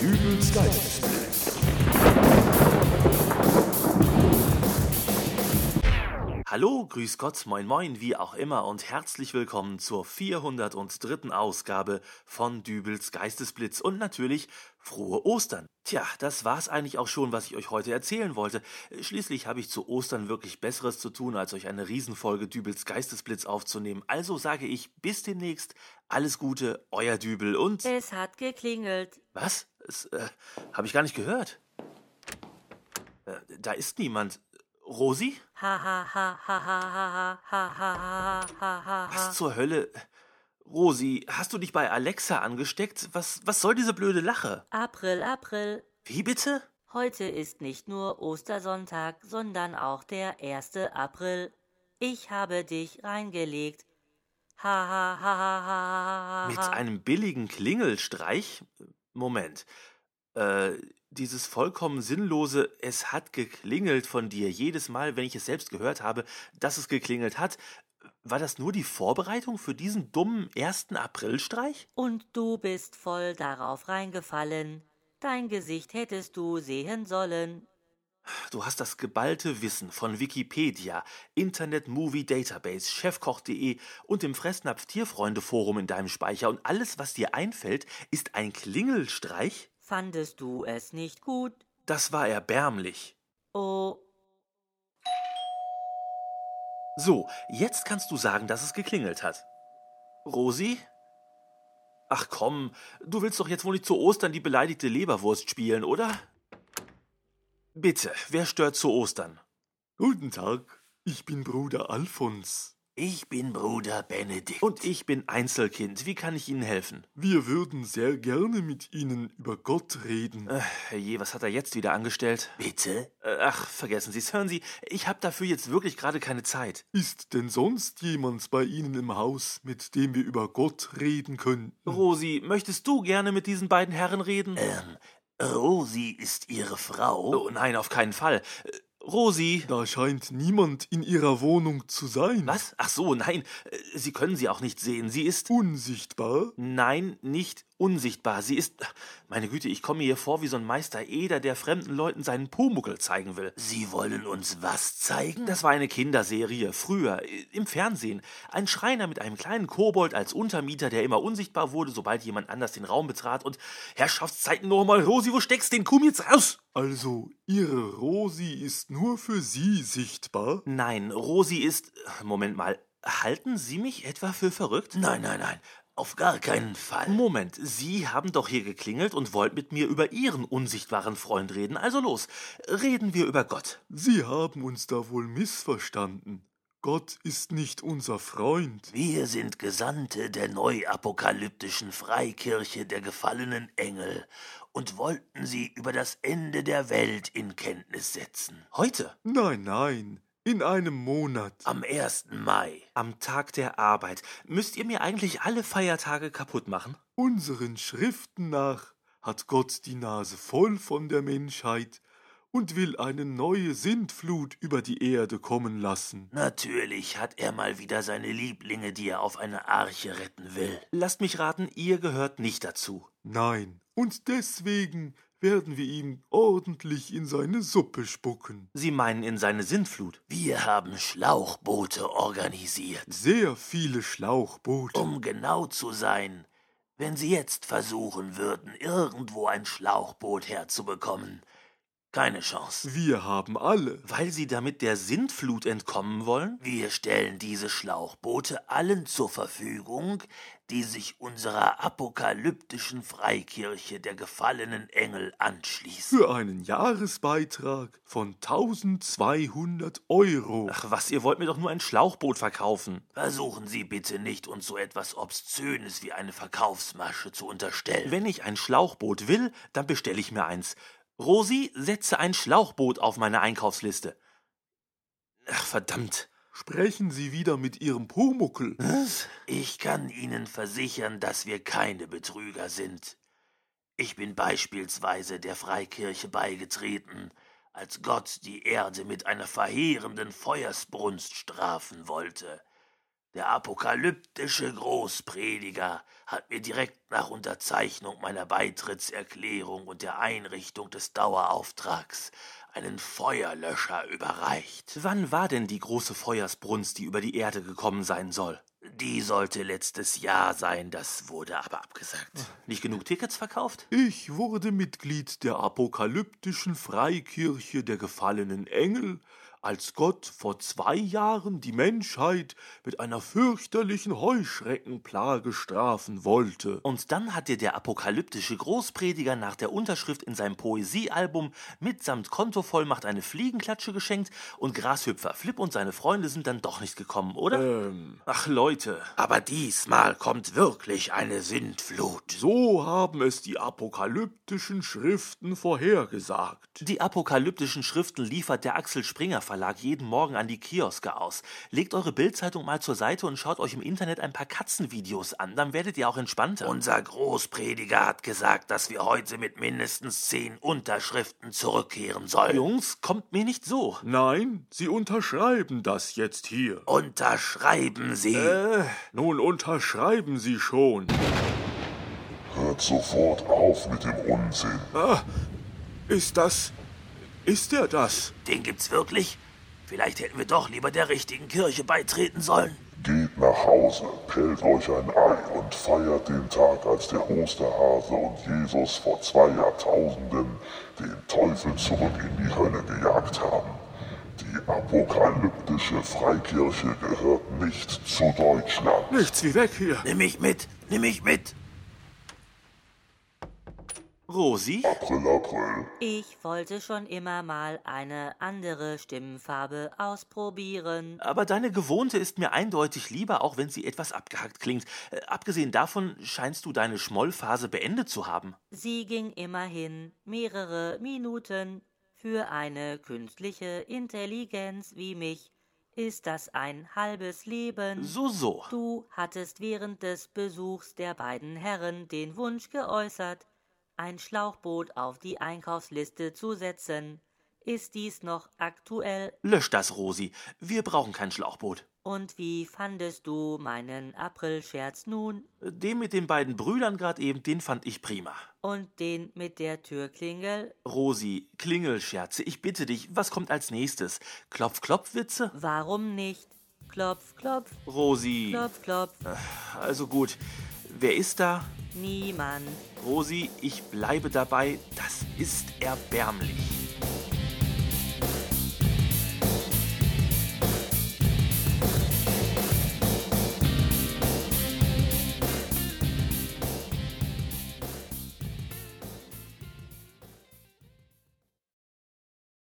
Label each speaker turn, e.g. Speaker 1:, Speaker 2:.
Speaker 1: des Geistes.
Speaker 2: Hallo, grüß Gott, moin moin, wie auch immer und herzlich willkommen zur 403. Ausgabe von Dübels Geistesblitz und natürlich frohe Ostern. Tja, das war's eigentlich auch schon, was ich euch heute erzählen wollte. Schließlich habe ich zu Ostern wirklich besseres zu tun, als euch eine Riesenfolge Dübels Geistesblitz aufzunehmen. Also sage ich bis demnächst, alles Gute, euer Dübel und
Speaker 3: Es hat geklingelt.
Speaker 2: was? Das, äh, habe ich gar nicht gehört. Äh, da ist niemand. Rosi?
Speaker 3: Ha ha ha ha ha ha ha ha ha ha ha
Speaker 2: Was
Speaker 3: ha.
Speaker 2: zur Hölle? Rosi, hast du dich bei Alexa angesteckt? Was, was soll diese blöde Lache?
Speaker 3: April, April.
Speaker 2: Wie bitte?
Speaker 3: Heute ist nicht nur Ostersonntag, sondern auch der 1. April. Ich habe dich reingelegt. Ha ha ha ha ha ha
Speaker 2: Mit
Speaker 3: ha.
Speaker 2: einem billigen Klingelstreich? Moment. Äh, dieses vollkommen sinnlose Es hat geklingelt von dir jedes Mal, wenn ich es selbst gehört habe, dass es geklingelt hat. War das nur die Vorbereitung für diesen dummen 1. Aprilstreich?
Speaker 3: Und du bist voll darauf reingefallen. Dein Gesicht hättest du sehen sollen.
Speaker 2: Du hast das geballte Wissen von Wikipedia, Internet Movie Database, Chefkoch.de und dem Fressnapf Tierfreunde Forum in deinem Speicher und alles, was dir einfällt, ist ein Klingelstreich?
Speaker 3: Fandest du es nicht gut?
Speaker 2: Das war erbärmlich.
Speaker 3: Oh,
Speaker 2: So, jetzt kannst du sagen, dass es geklingelt hat. Rosi? Ach komm, du willst doch jetzt wohl nicht zu Ostern die beleidigte Leberwurst spielen, oder? Bitte, wer stört zu Ostern? Guten Tag, ich bin Bruder Alfons. Ich bin Bruder Benedikt. Und ich bin Einzelkind. Wie kann ich Ihnen helfen?
Speaker 4: Wir würden sehr gerne mit Ihnen über Gott reden.
Speaker 2: Äh, herrje, was hat er jetzt wieder angestellt? Bitte? Äh, ach, vergessen Sie es. Hören Sie, ich habe dafür jetzt wirklich gerade keine Zeit.
Speaker 4: Ist denn sonst jemand bei Ihnen im Haus, mit dem wir über Gott reden könnten?
Speaker 2: Rosi, möchtest du gerne mit diesen beiden Herren reden?
Speaker 1: Rosi ist ihre Frau.
Speaker 2: Oh nein, auf keinen Fall. Äh, Rosi.
Speaker 4: Da scheint niemand in Ihrer Wohnung zu sein.
Speaker 2: Was? Ach so, nein. äh, Sie können sie auch nicht sehen. Sie ist.
Speaker 4: Unsichtbar?
Speaker 2: Nein, nicht unsichtbar. Sie ist. Meine Güte, ich komme mir hier vor wie so ein Meister Eder, der fremden Leuten seinen Pumuckel zeigen will.
Speaker 1: Sie wollen uns was zeigen?
Speaker 2: Das war eine Kinderserie, früher, i- im Fernsehen. Ein Schreiner mit einem kleinen Kobold als Untermieter, der immer unsichtbar wurde, sobald jemand anders den Raum betrat. Und Herrschaftszeiten nochmal, Rosi, wo steckst den Kuhm jetzt raus?
Speaker 4: Also, Ihre Rosi ist nur für Sie sichtbar?
Speaker 2: Nein, Rosi ist. Moment mal, halten Sie mich etwa für verrückt?
Speaker 1: Nein, nein, nein. Auf gar keinen Fall.
Speaker 2: Moment, Sie haben doch hier geklingelt und wollten mit mir über Ihren unsichtbaren Freund reden. Also los, reden wir über Gott.
Speaker 4: Sie haben uns da wohl missverstanden. Gott ist nicht unser Freund.
Speaker 1: Wir sind Gesandte der neuapokalyptischen Freikirche der gefallenen Engel und wollten sie über das Ende der Welt in Kenntnis setzen.
Speaker 2: Heute,
Speaker 4: Nein, nein, in einem Monat.
Speaker 1: Am 1. Mai.
Speaker 2: am Tag der Arbeit, müsst ihr mir eigentlich alle Feiertage kaputt machen?
Speaker 4: Unseren Schriften nach hat Gott die Nase voll von der Menschheit und will eine neue Sintflut über die Erde kommen lassen.
Speaker 1: Natürlich hat er mal wieder seine Lieblinge, die er auf eine Arche retten will.
Speaker 2: Lasst mich raten, ihr gehört nicht dazu.
Speaker 4: Nein, und deswegen werden wir ihm ordentlich in seine Suppe spucken.
Speaker 2: Sie meinen in seine Sinnflut.
Speaker 1: Wir haben Schlauchboote organisiert.
Speaker 4: Sehr viele Schlauchboote.
Speaker 1: Um genau zu sein, wenn Sie jetzt versuchen würden, irgendwo ein Schlauchboot herzubekommen, keine Chance.
Speaker 4: Wir haben alle.
Speaker 2: Weil sie damit der Sintflut entkommen wollen?
Speaker 1: Wir stellen diese Schlauchboote allen zur Verfügung, die sich unserer apokalyptischen Freikirche der gefallenen Engel anschließen.
Speaker 4: Für einen Jahresbeitrag von 1200 Euro.
Speaker 2: Ach was, ihr wollt mir doch nur ein Schlauchboot verkaufen.
Speaker 1: Versuchen Sie bitte nicht, uns so etwas Obszönes wie eine Verkaufsmasche zu unterstellen.
Speaker 2: Wenn ich ein Schlauchboot will, dann bestelle ich mir eins. Rosi, setze ein Schlauchboot auf meine Einkaufsliste. Ach, verdammt.
Speaker 4: Sprechen Sie wieder mit Ihrem Pumuckel.
Speaker 1: Ich kann Ihnen versichern, dass wir keine Betrüger sind. Ich bin beispielsweise der Freikirche beigetreten, als Gott die Erde mit einer verheerenden Feuersbrunst strafen wollte. Der apokalyptische Großprediger hat mir direkt nach Unterzeichnung meiner Beitrittserklärung und der Einrichtung des Dauerauftrags einen Feuerlöscher überreicht.
Speaker 2: Wann war denn die große Feuersbrunst, die über die Erde gekommen sein soll?
Speaker 1: Die sollte letztes Jahr sein, das wurde aber abgesagt.
Speaker 2: Nicht genug Tickets verkauft?
Speaker 4: Ich wurde Mitglied der apokalyptischen Freikirche der gefallenen Engel, als Gott vor zwei Jahren die Menschheit mit einer fürchterlichen Heuschreckenplage strafen wollte.
Speaker 2: Und dann hat dir der apokalyptische Großprediger nach der Unterschrift in seinem Poesiealbum mitsamt Kontovollmacht eine Fliegenklatsche geschenkt und Grashüpfer Flip und seine Freunde sind dann doch nicht gekommen, oder?
Speaker 4: Ähm,
Speaker 2: Ach Leute,
Speaker 1: Äh. Aber diesmal kommt wirklich eine Sintflut.
Speaker 4: so haben es die apokalyptischen Schriften vorhergesagt.
Speaker 2: die apokalyptischen Schriften liefert der Axel Springer Verlag jeden Morgen an die Kioske aus. Legt eure Bildzeitung mal zur Seite und schaut euch im Internet ein paar Katzenvideos an, dann werdet ihr auch entspannter.
Speaker 1: Unser Großprediger hat gesagt, dass wir heute mit mindestens zehn Unterschriften zurückkehren sollen.
Speaker 2: Jungs, kommt mir nicht so.
Speaker 4: Nein, sie unterschreiben das jetzt hier.
Speaker 1: Unterschreiben Sie.
Speaker 4: Äh, nun unterschreiben sie schon.
Speaker 5: Hört sofort auf mit dem Unsinn.
Speaker 4: Ist das. Ist er das?
Speaker 1: Den gibt's wirklich? Vielleicht hätten wir doch lieber der richtigen Kirche beitreten sollen.
Speaker 5: Geht nach Hause, pellt euch ein Ei und feiert den Tag, als der Osterhase und Jesus vor zwei Jahrtausenden den Teufel zurück in die Hölle gejagt haben. Die apokalyptische Freikirche gehört nicht zu Deutschland.
Speaker 4: Nichts wie weg hier.
Speaker 1: Nimm mich mit, nimm mich mit.
Speaker 2: Rosi?
Speaker 5: April, April.
Speaker 3: Ich wollte schon immer mal eine andere Stimmfarbe ausprobieren.
Speaker 2: Aber deine gewohnte ist mir eindeutig lieber, auch wenn sie etwas abgehackt klingt. Äh, abgesehen davon scheinst du deine Schmollphase beendet zu haben.
Speaker 3: Sie ging immerhin mehrere Minuten. Für eine künstliche Intelligenz wie mich ist das ein halbes Leben.
Speaker 2: So, so.
Speaker 3: Du hattest während des Besuchs der beiden Herren den Wunsch geäußert, ein Schlauchboot auf die Einkaufsliste zu setzen. Ist dies noch aktuell?
Speaker 4: Ne.
Speaker 2: Lösch das, Rosi. Wir brauchen kein Schlauchboot.
Speaker 3: Und wie fandest du meinen Aprilscherz nun?
Speaker 2: Den mit den beiden Brüdern gerade eben, den fand ich prima.
Speaker 3: Und den mit der Türklingel?
Speaker 2: Rosi, Klingelscherze, ich bitte dich, was kommt als nächstes? Klopf-Klopf-Witze?
Speaker 3: Warum nicht? Klopf, klopf,
Speaker 2: Rosi,
Speaker 3: klopf, klopf.
Speaker 2: also gut. Wer ist da?
Speaker 3: Niemand.
Speaker 2: Rosi, ich bleibe dabei, das ist erbärmlich.